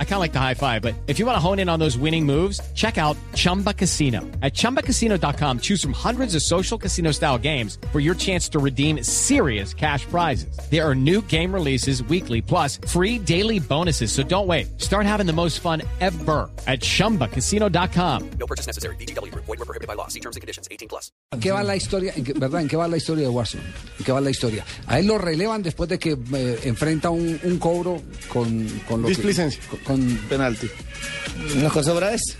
I kind of like the high five, but if you want to hone in on those winning moves, check out Chumba Casino. At chumbacasino.com, choose from hundreds of social casino style games for your chance to redeem serious cash prizes. There are new game releases weekly, plus free daily bonuses. So don't wait. Start having the most fun ever at chumbacasino.com. No purchase necessary. BGW. Void were prohibited by law. See terms and conditions. 18 plus. ¿En qué va la historia? en qué- ¿Verdad? ¿En qué va la historia de Watson? ¿En qué va la historia? A él lo relevan después de que eh, enfrenta un, un cobro con, con lo que- Displicencia. con- con- Penalti. ¿Una cosa brava es?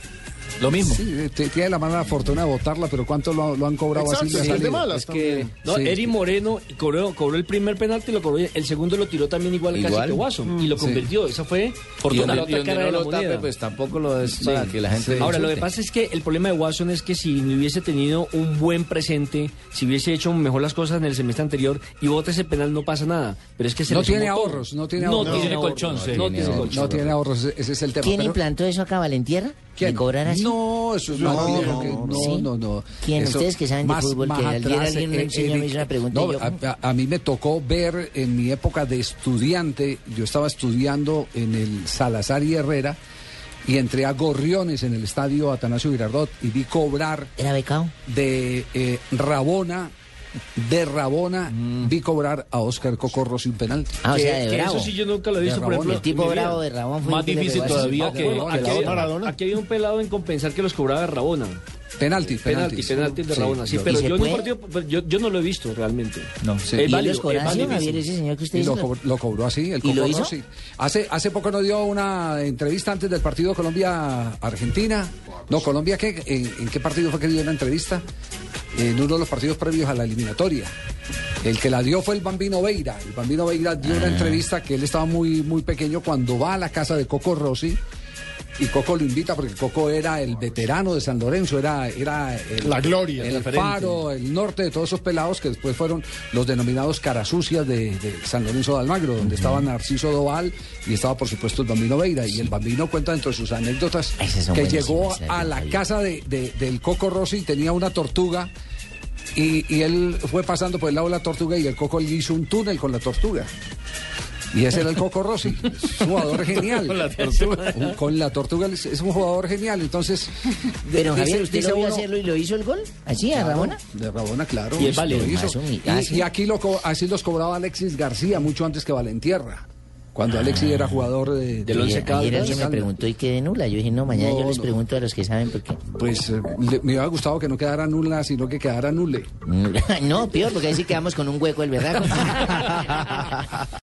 Lo mismo. sí, eh, te- tiene la mala fortuna de votarla, pero ¿cuánto lo, lo han cobrado Exacto, así? le ha sí, es de salido? malas. Es que no, Sí. Eri Moreno cobró, cobró el primer penalti, lo cobró, el segundo lo tiró también igual, casi Igual. que Watson y lo convirtió. Esa fue Y la donde, y otra donde cara no de la lo tape, moneda. pues tampoco lo es para que la gente. Ahora, lo que insulte. pasa es que el problema de Watson es que si no hubiese tenido un buen presente, si hubiese hecho mejor las cosas en el semestre anterior y vota ese penal, no pasa nada. Pero es que se No le sumó tiene todo. ahorros, no tiene no ahorros. tiene No, colchón. no No tiene tiene ahorros. No colchón. tiene ahorros, ese- ese es el tema. ¿Quién pero- implantó eso acá, Valentierra? ¿Quién? ¿De cobrar así? No, eso es No, más viejo no, que- no. no, ¿Sí? no, no. ¿Quién? Eso- Ustedes que saben de fútbol, que ayer alguien me eh, enseñó, me hizo una pregunta y no, yo, a, a- a mí me tocó ver en mi época de estudiante, yo estaba estudiando en el Salazar y Herrera y entré a Gorriones en el estadio Atanasio Girardot y vi cobrar ¿Era becado? de eh, Rabona, de Rabona, Mm. vi cobrar a Oscar Cocorro sin penalti. Ah, o Que- sea, de que bravo. Eso sí yo nunca lo he visto, De por Rabón, ejemplo. el tipo en mi vida. bravo de Rabón fue Más el que le difícil pegó así. todavía que- Bueno, que aquí, la había- Maradona. aquí había un pelado en compensar que los cobraba Rabona. Penalti, penalti. Penalti, penalti de Sí, Rabona. Sí, yo- pero ¿Y se yo, en un puede? partido, pero yo, yo no lo he visto realmente. No. Sí. Es ¿Y él válido, los cobraba es así, válido. Javier, ese señor que usted Y hizo? lo, cobr- lo cobró así, el ¿Y lo Cocorro, hizo? sí. Hace, hace poco nos dio una entrevista antes del partido Colombia-Argentina. No, Colombia, ¿qué? ¿En, en qué partido fue que dio una entrevista? En uno de los partidos previos a la eliminatoria. El que la dio fue el Bambino Veira. El Bambino Veira dio Ah. una entrevista que él estaba muy, muy pequeño cuando va a la casa de Coco Rossi. Y Coco lo invita porque Coco era el veterano de San Lorenzo, era, era el- La gloria, el referente. faro, el norte de todos esos pelados que después fueron los denominados carasucias de, de San Lorenzo de Almagro, donde estaba Narciso Doval y estaba por supuesto el Bambino Veira. Y el Bambino cuenta dentro de sus anécdotas Esas son que buenísimas, llegó esas a de la Javier. casa de- de- del Coco Rossi y tenía una tortuga. Y, y él fue pasando por el lado de la tortuga y el Coco le hizo un túnel con la tortuga. Y ese era el Coco Rossi, es un jugador genial. con la tortuga. es es un jugador genial. Entonces, Pero dice- Javier, ¿usted dice lo vio uno- hacerlo y lo hizo el gol? ¿Así, a Claro, Rabona? De Rabona, claro. pues, Y es válido, lo hizo. más Y, humillante. y aquí lo co- así los cobraba Alexis García mucho antes que Valentierra. Cuando Alexis era jugador de, Del Once Ayer, Caldas, ayer Once alguien me Caldas. preguntó y quedé nula. Yo dije, no, mañana No, yo les no. pregunto a los que saben por qué. Pues eh, le- me hubiera gustado que no quedara nula, sino que quedara nule. No, peor, porque ahí sí quedamos con un hueco el berraco.